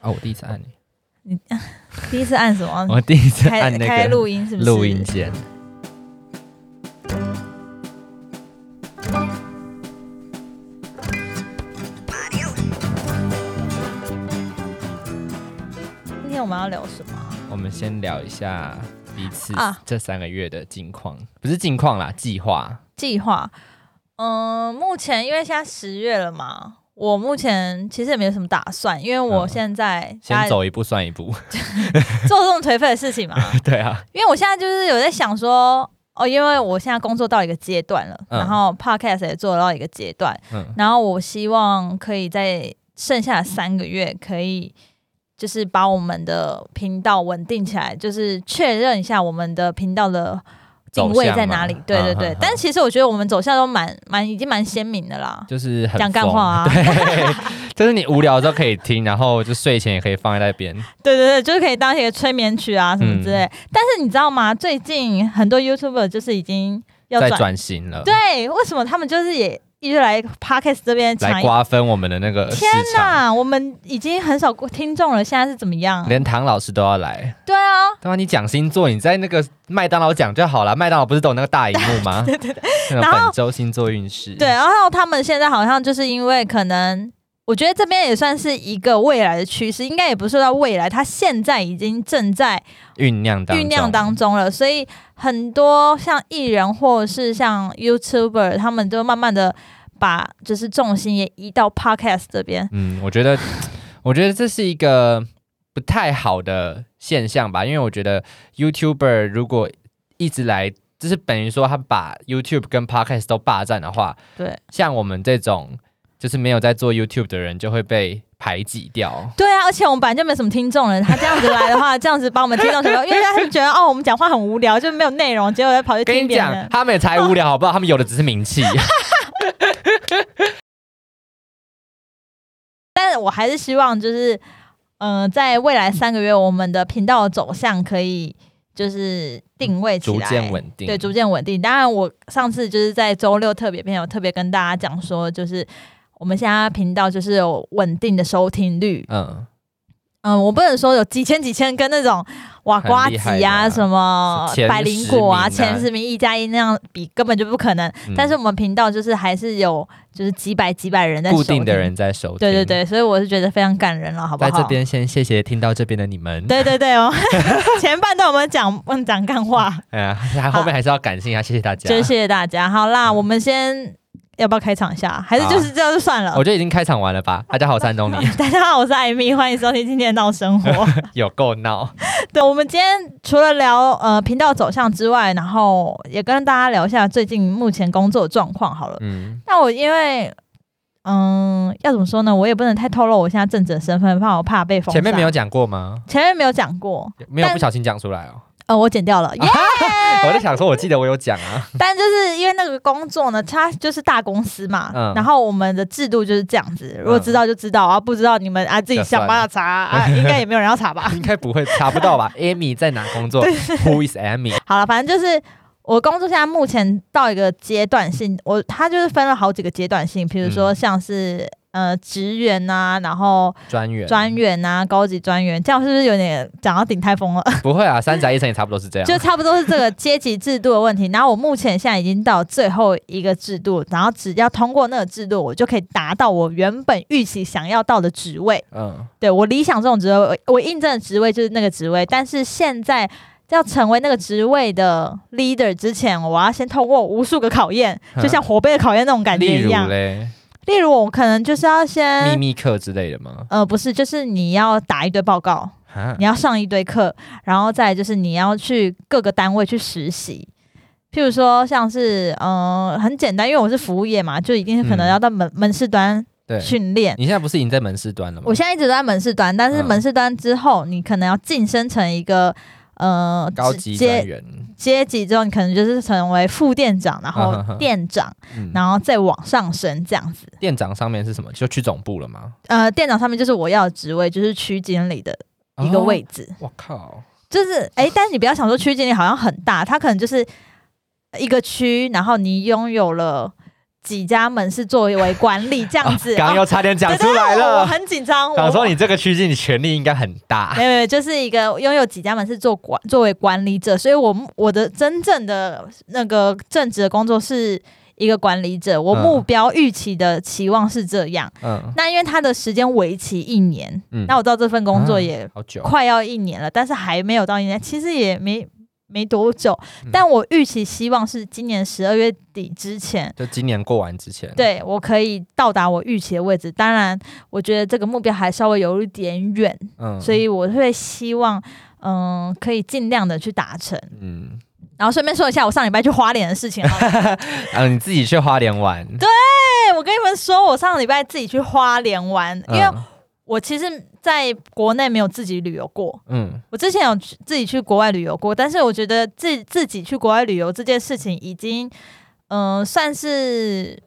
啊，我第一次按你，第一次按什么？哦我第一次开按那开个录音是不是？录音键。今天我们要聊什么啊？我们先聊一下彼此啊这三个月的近况，不是近况啦，计划。计划。嗯、目前因为现在十月了嘛，我目前其实也没有什么打算，因为我嗯现在先在走一步算一步， 啊做这种颓废的事情嘛， 对啊，因为我现在就是有在想说，哦，因为我现在工作到一个阶段了，嗯然后 podcast 也做到一个阶段，嗯然后我希望可以在剩下的三个月可以。就是把我们的频道稳定起来，就是确认一下我们的频道的定位在哪里走向嘛。对对对，嗯嗯嗯但其实我觉得我们走向都蛮蛮已经蛮鲜明的啦。就是很讲干疯话啊对， 就是你无聊的时候可以听，然后就睡前也可以放在那边。对对对，就是可以当一个催眠曲啊什嗯么之类。但是你知道吗？最近很多 YouTuber 就是已经要再转转型了，对，为什么他们就是也一直来 podcast 这边抢来一？瓜分我们的那个市天场，哪，我们已经很少听众了，现在是怎么样？连唐老师都要来。对啊，对啊，你讲星座，你在那个麦当劳讲就好了。麦当劳不是都有那个大荧幕 吗？对对对，那然种后本周星座运势。对，然后他们现在好像就是因为可能。我觉得这边也算是一个未来的趋势，应该也不是说到未来，它现在已经正在酝酿当中酝酿当中了。所以很多像艺人或者是像 YouTuber，他们都慢慢的把就是重心也移到 Podcast 这边。嗯，我觉得，我觉得这是一个不太好的现象吧，因为我觉得 YouTuber 如果一直来，就是等于说他把 YouTube 跟 Podcast 都霸占的话，对，像我们这种就是没有在做 YouTube 的人就会被排挤掉。对啊，而且我们本来就没什么听众了，他这样子来的话，这样子把我们听众全部，因为他们觉得哦，我们讲话很无聊，就没有内容，结果又跑去跟听你别讲，人。他们也才无聊，好不好？他们有的只是名 气。但是我还是希望就是，嗯、在未来三个月，我们的频道的走向可以就是定位起逐来，渐稳定对，逐渐稳定。当然，我上次就是在周六特别篇有特别跟大家讲说，就是我们现在频道就是有稳定的收听率，嗯，嗯，我不能说有几千几千跟那种哇很瓜厉害子啊、的什么前百灵果啊、十名啊前十名一加一那样比，根本就不可能。嗯但是我们频道就是还是有就是几百几百人在固收定的听，人在收听。对对。对，所以我是觉得非常感人了，好不在好？这，边先谢谢听到这边的你们。对对对哦， 前半段我们讲嗯讲干话，哎呀， 还后面还是要感谢一下，谢谢大家。嗯就谢谢大家。好啦，我们先要不要开场一下？还是就是这样就算了啊我。觉得已经开场完了吧？大家好，我是安东 尼，大家好，我是艾米，欢迎收听今天的闹 生活。有够 闹，对，我们今天除了聊呃频道走向之外，然后也跟大家聊一下最近目前工作的状况好了。嗯，那我因为嗯，要怎么说呢？我也不能太透露我现在正职的身份，怕我怕被封杀。前面没有，讲过吗？前面没有讲过，没有但不小心讲出来哦。呃，我剪掉了。哦耶我在想说，我记得我有讲啊， 但就是因为那个工作呢，它就是大公司嘛，嗯然后我们的制度就是这样子，如果知道就知道，啊，不知道你们啊自己就算想办法 。查啊，应该也没有人要查吧 应该不会查不到吧？Amy 在哪工作？Who is Amy？好了，反正就是我工作现在目前到一个阶段性，我它就是分了好几个阶段性，比如说嗯像是、呃职员呐、然后专员？ 专员呐、高级专员，这样是不是有点讲到顶泰丰了？不会啊，三宅一生也差不多是这样。就差不多是这个阶级制度的问题。然后我目前现在已经到最后一个制度，然后只要通过那个制度，我就可以达到我原本预期想要到的职位。嗯，对我理想这种职位，我我印证的职位就是那个职位，但是现在。要成为那个职位的 leader 之前，我要先通过无数个考验，就像火杯的考验那种感嗯例觉一如样。嗯嘞，例如，我可能就是要秘先，密课之类的吗？呃，不是，就是你要打一堆报告，啊，你要上一堆课，然后再来就是你要去各个单位去实习。譬如说，像是嗯、呃很简单，因为我是服务业嘛，就一定是可能嗯要到门、门市端对，训练。你现在不是已经在门市端了吗？我现在一直都在门市端，但是嗯门市端之后，你可能要晋升成一个呃高级专阶员，阶级之后，你可能就是成为副店长，然嗯哼后哼店长，嗯，然后再往上升这样子。店长上面是什么？就去总部了吗？呃，店长上面就是我要的职位，就是区经理的一个位哦，置。我靠，就是哎、诶但是你不要想说区经理好像很大，它可能就是一个区，然后你拥有了几家门市作为管理这样 子。啊刚刚哦又差点讲对出对来对我了。很紧张。想我说你这个区域你权力应该很大，没有没有，就是一个拥有几家门市做管作为管理者，所以我我的真正的那个正职的工作是一个管理者，我嗯目标预期的期望是这样。嗯那因为他的时间为期一年，嗯，那我到这份工作啊也好久，快要一年了，但是还没有到一年，其实也没没多久嗯，但我预期希望是今年十二月底之前。就今年过完之前，，对，我可以到达我预期的位置。当然，我觉得这个目标还稍微有一点远，嗯所以我会希望，嗯，可以尽量的去达成。嗯，然后顺便说一下，我上礼拜去花莲的 事情好了。啊，你自己去花莲玩，对，对，我跟你们说，我上礼拜自己去花莲玩，嗯因为我其实在国内没有自己旅游过。嗯我之前有去自己去国外旅游过，但是我觉得自自己去国外旅游这件事情已经，嗯、算是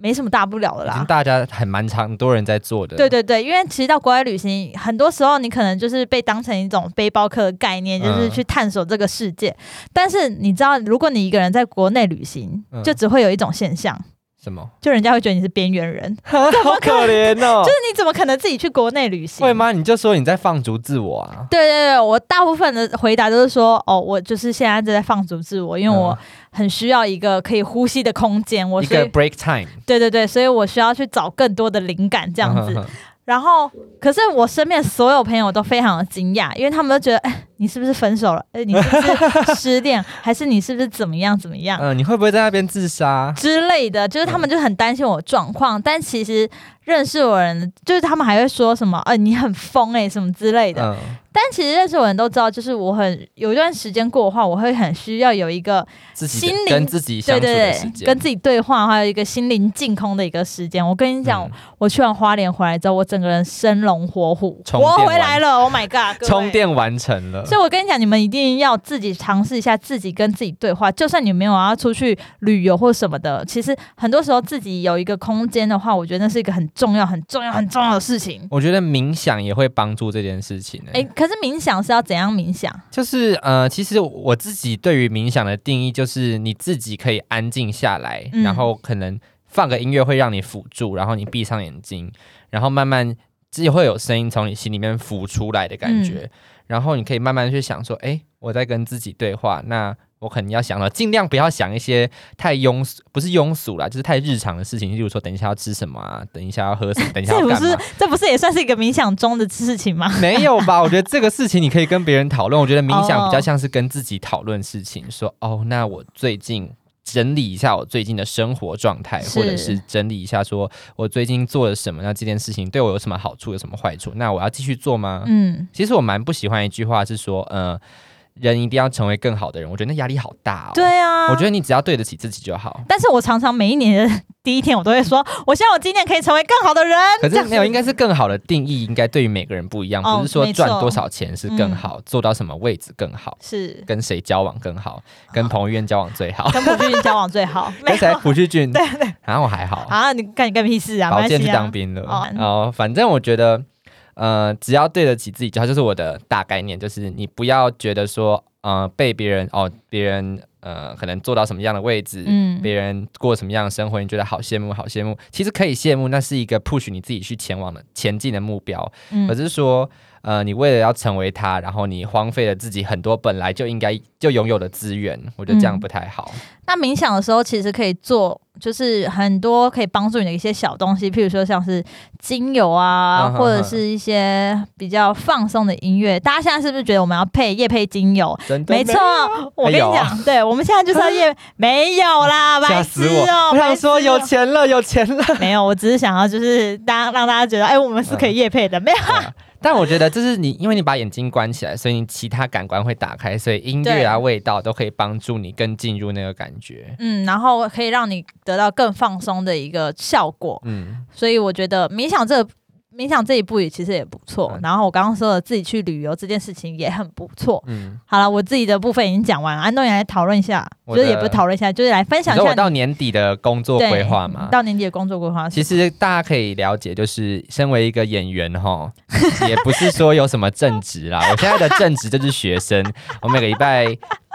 没什么大不了的已经啦。大家还蛮常多人在做的，啊对对对，因为其实到国外旅行，很多时候你可能就是被当成一种背包客的概念，就是嗯去探索这个世界。但是你知道，如果你一个人在国内旅行，嗯就只会有一种现象，什 么？就人家会觉得你是边缘人，就 好可怜哦，是你怎么可能自己去国内旅行？会吗？你就说你在放逐自我啊，对对对，我大部分的回答都是说，哦，我就是现在正在放逐自我，因为我很需要一个可以呼吸的空间，我嗯一所个以 break time 对对对，所以我需要去找更多的灵感这样子。 嗯哼哼然后，可是我身边所有朋友都非常的惊讶，因为他们都觉得，哎，你是不是分手了？哎，你是不是失 恋？还是你是不是怎么样怎么样？嗯，你会不会在那边自杀？之类的，就是他们就很担心我的状况，但其实认识我的人，就是他们还会说什么，呃，你很疯哎、什么之类的。嗯，但其实认识我的人都知道，就是我很有一段时间过的话，我会很需要有一个自己的心灵跟自己相对处的对时对，间，跟自己对话，还有一个心灵净空的一个时间。我跟你讲，嗯我去完花莲回来之后，我整个人生龙活虎，充电我完回来了，Oh my god，各位充。电完成了，所以我跟你讲，你们一定要自己尝试一下自己跟自己对话。就算你没有要出去旅游或什么的，其实很多时候自己有一个空间的话，我觉得那是一个很重要、很重要、很重要的事情。我觉得冥想也会帮助这件事情、欸。诶，可是冥想是要怎样冥想？就是呃，其实我自己对于冥想的定义就是你自己可以安静下来，嗯然后可能放个音乐会让你辅助，然后你闭上眼睛，然后慢慢自己会有声音从你心里面浮出来的感觉，嗯然后你可以慢慢去想说，哎，我在跟自己对话，那。我可能要想了，尽量不要想一些太庸俗，不是庸俗啦，就是太日常的事情。例如说，等一下要吃什么啊，等一下要喝什么，等一下 这要不干嘛是？这不是也算是一个冥想中的事情吗？ 没有吧？我觉得这个事情你可以跟别人讨论。我觉得冥想比较像是跟自己讨论事情， 说哦，那我最近整理一下我最近的生活状态，是或者是整理一下说我最近做了什么，那这件事情对我有什么好处，有什么坏处？那我要继续做吗？嗯，其实我蛮不喜欢一句话是说，呃，人一定要成为更好的人。我觉得那压力好大哦。对，啊，我觉得你只要对得起自己就好。但是我常常每一年的第一天，我都会说，我希望我今年可以成为更好的人。可这是样子没有，应该是更好的定义，应该对于每个人不一样，哦不是说没错嗯赚多少钱是更好，做到什么位置更好。是跟谁交往更好，跟彭于晏交往最好，跟朴俊俊交往 最好。啊 没跟谁有朴叙俊，对对，然后我还好， 啊，你干你干屁事啊？宝没剑关去系当啊。兵了，哦哦，反正我觉得，呃，只要对得起自己就好，就是我的大概念，就是你不要觉得说，呃，被别人哦，别人呃，可能做到什么样的位置，嗯别人过什么样的生活，你觉得好羡慕，好羡慕，其实可以羡慕，那是一个 push 你自己去前往的前进的目标，可嗯，是说，呃，你为了要成为他，然后你荒废了自己很多本来就应该就拥有的资源，我觉得这样嗯不太好。那冥想的时候，其实可以做，就是很多可以帮助你的一些小东西，譬如说像是精油啊，嗯哼或者是一些比较放松的音乐。大家现在是不是觉得我们要配夜配精油？真的 没哎错，，我跟你有讲，对我们现在就是要 夜没有啦，吓白死痴我！哦、我白想痴说有哦钱了，有钱了。 没有，我只是想要就是大家让大家觉得，哎、我们是可以夜配的，没有。但我觉得这是你，因为你把眼睛关起来，所以你其他感官会打开，所以音乐啊、对味道都可以帮助你更进入那个感觉。嗯，然后可以让你得到更放松的一个效果，嗯，所以我觉得冥想这冥想这一步也其实也不错。嗯然后我刚刚说的自己去旅游这件事情也很不错。嗯，好了，我自己的部分已经讲完了，安东也来讨论一下，我就的是也不是讨论一下，就是来分你享一说下我你到年底的工作对规划嘛，到年底的工作规划是。其实大家可以了解，就是身为一个演员哈， 也不是说有什么正职啦。我现在的正职就是学生，我每个礼拜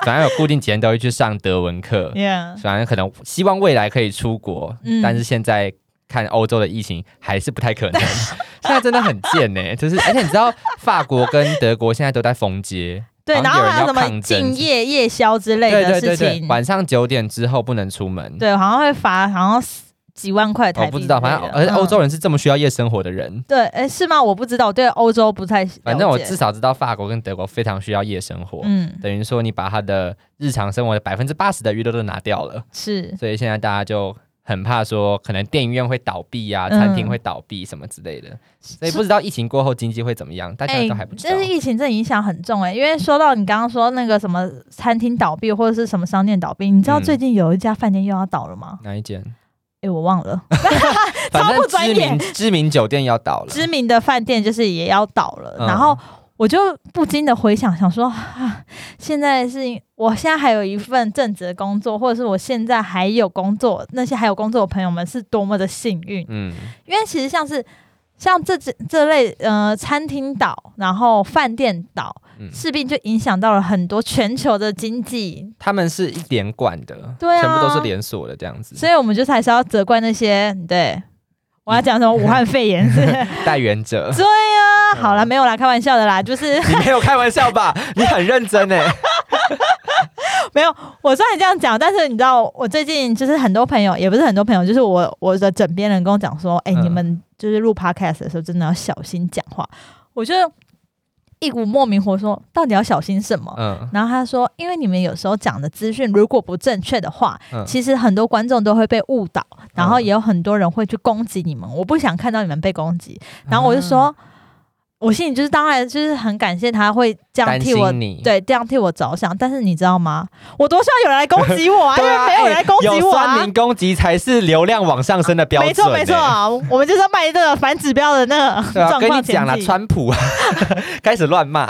反正有固定几天都会去上德文课， Yeah，反正可能希望未来可以出国，嗯但是现在看欧洲的疫情还是不太可能。 现在真的很贱呢、就是而且你知道法国跟德国现在都在封街，对，好像然后有人还有要什么抗争禁夜夜宵之类对的对事对情，对，晚上九点之后不能出门。对好像会罚好像十几万块台我币之类的，哦不知道，反正而且嗯欧洲人是这么需要夜生活的人。对，哎，是吗？我不知道，我对欧洲不太了解。反正我至少知道法国跟德国非常需要夜生活，嗯等于说你把他的日常生活的百分之八十的娱乐都拿掉了，是所以现在大家就很怕说可能电影院会倒闭啊，嗯餐厅会倒闭什么之类的。所以不知道疫情过后经济会怎么样，大家哎都还不知道但。是疫情这影响很重哎、因为说到你刚刚说那个什么餐厅倒闭或者是什么商店倒闭，你知道嗯最近有一家饭店又要倒了吗？哪一 间？哎、我忘了，反超正不专知业 名知名酒店要倒了，知名的饭店就是也要倒了，嗯然后我就不禁的回想，想说啊，现在是我现在还有一份正职的工作，或者是我现在还有工作，那些还有工作的朋友们是多么的幸运，嗯，因为其实像是像这这这类呃餐厅岛，然后饭店岛，嗯势必就影响到了很多全球的经济。他们是一连贯的，对啊全部都是连锁的这样子，所以我们就是还是要责怪那些对。我要讲什么武汉 肺炎是不是？代言者。 对啊，好嗯啦，没有啦，开玩笑的啦，就是你没有开玩笑吧？你很认真哎、 没有。我虽然这样讲，但是你知道，我最近就是很多朋友，也不是很多朋友，就是我我的枕边人跟我讲说，哎、嗯你们就是录 podcast 的时候，真的要小心讲话。我就一股莫名火说，到底要小心什么？嗯然后他说，因为你们有时候讲的资讯如果不正确的话，嗯其实很多观众都会被误导，然后也有很多人会去攻击你们。我不想看到你们被攻击，然后我就说，嗯我心里就是当然就是很感谢他会这样担替我心。你，对，这样替我着想，但是你知道吗？我多希望有人来攻 击我啊，因对为啊，没有人来攻哎击有我酸啊民。攻击才是流量往上升的标准、没错没错哎啊，我们就是要卖这个反指标的那个对啊， 状跟你况讲啦，前进。川普啊， 开始乱骂，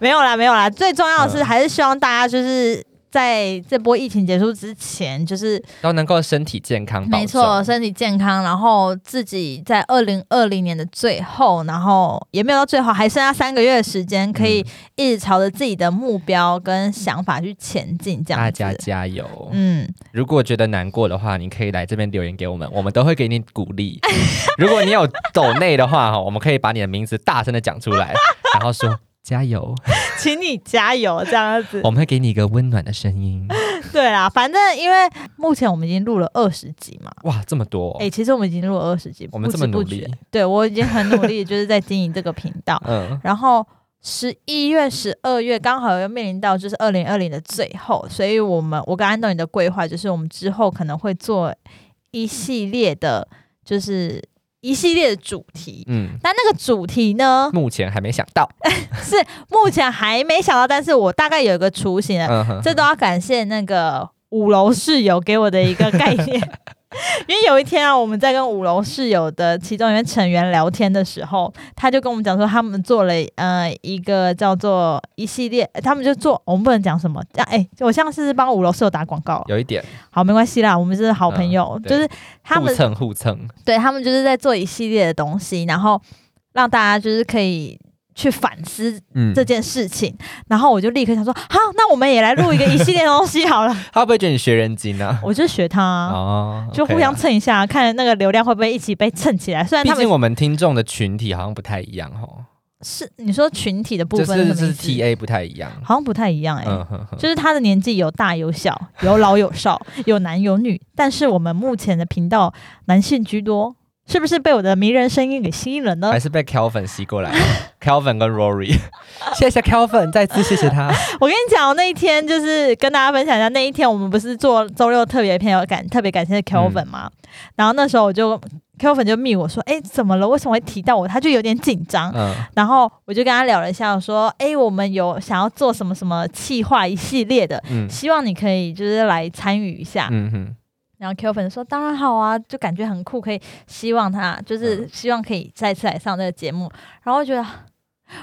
没有啦，没有啦。最重要的是，嗯还是希望大家就是在这波疫情结束之前，就是都能够身体健康，没错，，身体健康，然后自己在二零二零年的最后，然后也没有到最后，还剩下三个月的时间，可嗯以一直朝着自己的目标跟想法去前进，这大样子家。加油。嗯，如果觉得难过的话，你可以来这边留言给我们，我们都会给你鼓励。 如果你有抖内的话，哈，我们可以把你的名字大声的讲出来， 然后说加油，请你加油，这样子我。们会给你一个温暖的声 音。对啦，反正因为目前我们已经录了二十集嘛，哇，这么多哦哎、，其实我们已经录了二十集，我们不这知么不努力觉，对我已经很努力，就是在经营这个频道。嗯，然后十一月、十二月刚好又面临到就是二零二零的最后，所以我们我跟安东尼的规划就是我们之后可能会做一系列的，就是一系列的主题。嗯，但那个主题呢，目前还没想 到，是目前还没想到，但是我大概有一个雏形了。嗯哼，啊 这都要感谢那个五楼室友给我的一个概念。 因为有一天啊，我们在跟五楼室友的其中一位成员聊天的时候，他就跟我们讲说，他们做了呃一个叫做一系列，呃他们就做我们不能讲什么，这样哎、我像是帮五楼室友打广告，有一点好没关系啦，我们是好朋友，嗯对就是他互们蹭互蹭，对他们就是在做一系列的东西，然后让大家就是可以去反思嗯这，件事情，然后我就立刻想说，好，那我们也来录一个一系列的东西好了。他会不会觉得你学人精 呢？我就学他、啊，哦，就 OK 互啦相蹭一下，看那个流量会不会一起被蹭起来。虽然毕他竟们我们听众的群体好像不太一样哦，是你说群体的部就分是什就么意是思 T A 不太一样，好像不太一样哎、嗯哼哼，就是他的年纪有大有小，有老有少，有男有女，但是我们目前的频道男性居多，是不是被我的迷人声音给吸引了呢还？是被 Kelvin 吸过来 ，Kelvin 跟 Rory，谢 谢 Kelvin，再次谢谢 他。我跟你讲，那一天就是跟大家分享一下，那一天我们不是做周六特别篇有感特别感嗯谢 Kelvin 吗？然后那时候我就 Kelvin 就密我说，哎、怎么了？为什么会提到我？他就有点紧张。嗯，然后我就跟他聊了一下，我说，哎、我们有想要做什么什么企划一系列的，嗯希望你可以就是来参与一下。嗯哼，然后 Q 粉说：“当然好啊，就感觉很酷，可以希望他嗯就是希望可以再次来上这个节目。然后我觉得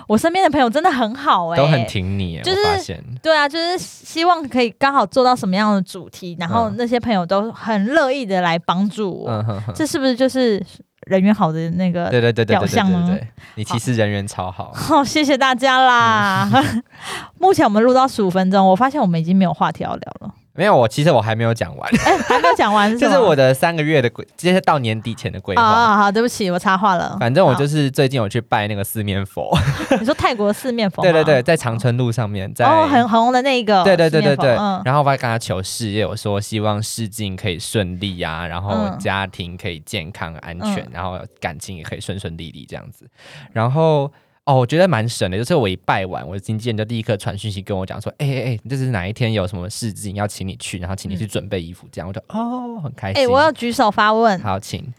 我身边的朋友真的很好哎、都很挺你耶，就是我发现。对啊，就是希望可以刚好做到什么样的主题，然后嗯那些朋友都很乐意的来帮助我。嗯哼哼，这是不是就是人缘好的那个？对对对对对表对象对吗 哦对，你其实人缘超好，好、谢谢大家啦！ 目前我们录到十五分钟，我发现我们已经没有话题要聊 了。没有，我其实我还没有讲 完，哎、还没有讲完是这吗，是我的三个月的规，这是到年底前的规啊划。啊好，对不起，我插话了。反正我好就是最近有去拜那个四面佛，你说泰国四面佛，对对对，，在长春路上面，在嗯哦，很红的那个，对对对四对面佛对嗯，然后我还跟他求事业，我说希望试镜可以顺利啊，然后嗯家庭可以健康安全嗯，然后感情也可以顺顺利利这样子。然后哦，我觉得蛮神的，就是我一拜完，我的经纪人就立刻传讯息跟我讲说，哎哎哎，这是哪一天有什么试镜要请你去，然后请你去准备衣服，这样我就哦很开嗯哎、心。我要举手发问，好，请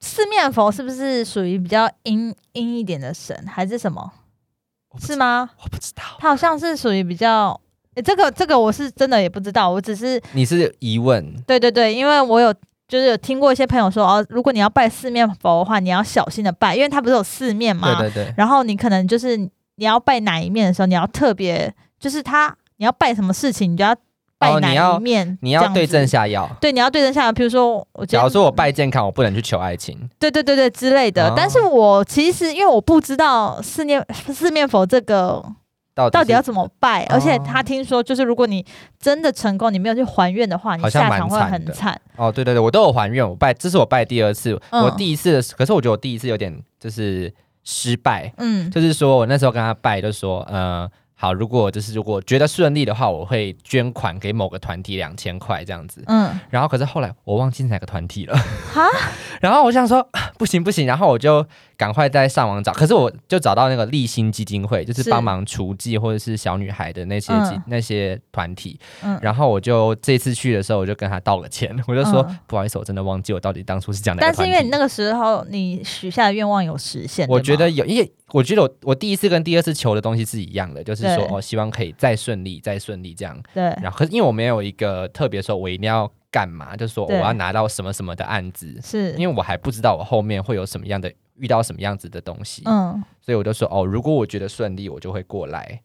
四面佛是不是属于比较阴阴一点的神，还是什么？是吗？我不知道，它好像是属于比较，诶这个这个我是真的也不知道，我只是你是疑问对对对，因为我有就是有听过一些朋友说，哦，如果你要拜四面佛的话，你要小心的拜，因为它不是有四面嘛，对对对。然后你可能就是你要拜哪一面的时候，你要特别，就是他你要拜什么事情，你就要拜哦哪你要一面、你要对这样症子，下药。对，你要对症下药。比如说，我今天假如说我拜健康，我不能去求爱情。对对对对之类的。哦但是我其实因为我不知道四面四面佛这个到底到底要是怎么拜，而哦且他听说就是如果你真的成功，你没有去还愿的话，你好像下蛮场会惨很的惨。哦，对对对，我都有还愿，我拜，这是我拜第二次。嗯我第一次的时，可是我觉得我第一次有点就是失败，嗯就是说我那时候跟他拜，就说，呃，好，如果就是如果觉得顺利的话，我会捐款给某个团体两千块这样子。嗯，然后可是后来我忘记是哪个团体了，哈，然后我想说啊不行不行，然后我就赶快再上网找，可是我就找到那个立新基金会，就是是帮忙除妓或者是小女孩的那些基、嗯那些团体。嗯然后我就这次去的时候，我就跟他道了歉，我就说、嗯不好意思，我真的忘记我到底当初是讲哪但个团体。是因为你那个时候你许下的愿望有实现，我对吗觉得有，因为我觉得我我第一次跟第二次求的东西是一样的，就是说对哦，希望可以再顺利再顺利这样。对，然后可是因为我没有一个特别说我一定要干嘛，就是说我对要拿到什么什么的案子，是因为我还不知道我后面会有什么样的遇到什么样子的东西，嗯所以我就说哦，如果我觉得顺利，我就会过来。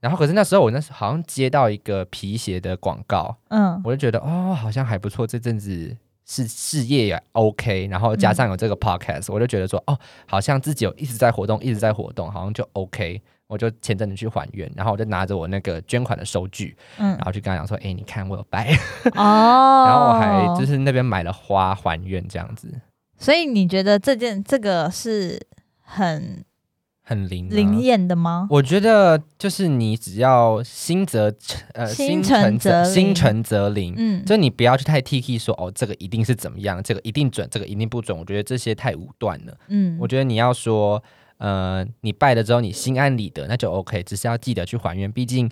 然后可是那时候我那时候好像接到一个皮鞋的广告，嗯我就觉得哦，好像还不错，这阵子是事业也 OK，然后嗯加上有这个 podcast，、我就觉得说哦，好像自己有一直在活动，一直在活动，好像就 OK。我就前阵子去还愿，然后我就拿着我那个捐款的收据，嗯然后就跟他讲说，哎、你看我有拜，哦， 然后我还就是那边买了花还愿这样子，所以你觉得这件这个是很很灵、啊、灵验的吗？我觉得就是你只要心则呃心诚诚则灵心诚则灵，嗯，就你不要去太 T K 说哦这个一定是怎么样，这个一定准，这个一定不准。我觉得这些太武断了。嗯，我觉得你要说呃你拜了之后你心安理得那就 OK，只是要记得去还原，毕竟。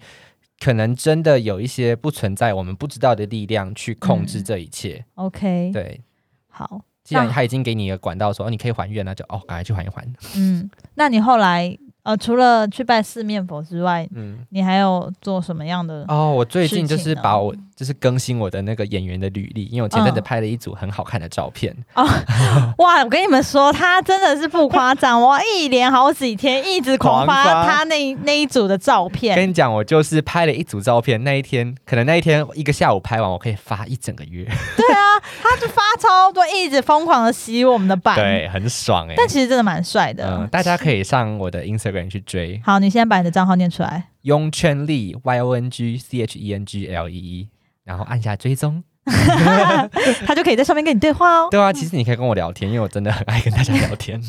可能真的有一些不存在我们不知道的力量去控制嗯这一切。 OK，对，好，既然那他已经给你一个管道说、哦、你可以还愿，那就哦赶快去还一还。嗯，那你后来呃，除了去拜四面佛之外，嗯，你还有做什么样的？ 哦，我最事近就情是呢把我就是更新我的那个演员的履历，因为我前阵子嗯拍了一组很好看的照片，哇，我跟你们说，他真的是不夸张，我一连好几天一 直狂狂发发他那那一组的照片，跟你讲，我就是拍了一组照片，那一天可能那一天一个下午拍完，我可以发一整个月，啊他就发超多，一直疯狂的洗我们的版，对，很爽哎、但其实真的蛮帅的。嗯，大家可以上我的 Instagram 去追好，你现在把你的账号念 出来。雍圈丽 Y O N G C H E N G L E E，然后按下追踪。他就可以在上面跟你对话哦。对啊，其实你可以跟我聊天，因为我真的很爱跟大家聊 天。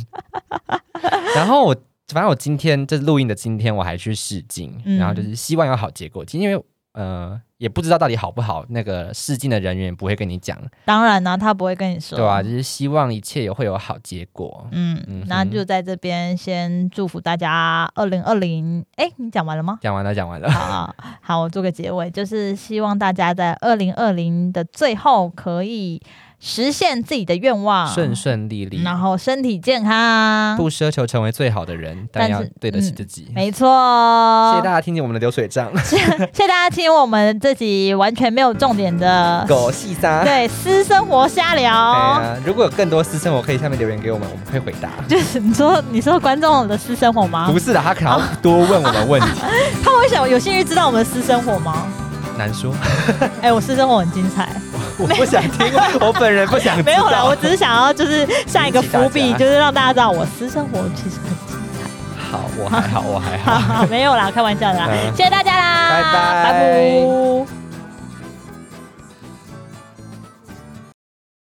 然后我反正我今天就是录音的今天，我还去试镜，嗯然后就是希望有好结果，因为呃也不知道到底好不好，那个试镜的人员也不会跟你讲，当然呢、他不会跟你说。对吧、就是希望一切有会有好结果。嗯嗯，那哼就在这边先祝福大家二零二零。哎，你讲完 了吗？讲完了，讲完了。好，好，我做个结尾，就是希望大家在二零二零的最后可以实现自己的愿望，顺顺利利，然后身体健康。不奢求成为最好的人，但但是要对得起嗯自己。没错，谢谢大家听见我们的流水 账，谢谢大家听我们这集完全没有重点的，狗细沙。对哦私生活瞎哎聊，呀，如果有更多私生活，可以下面留言给我们，我们会回答。就是你说你说观众的私生活吗不？是的，他可能要多问我们问题，他会想有兴趣知道我们的私生活吗？难说。哎、我私生活很精彩。我不想听，我本 人不想知道。 没有啦，我只是想要就是下一个伏笔，引起大家就是让大家知道我私生活其实很好，我还好，我还好。 好，没有啦，开玩笑的啦，嗯谢谢大家啦，拜拜拜拜。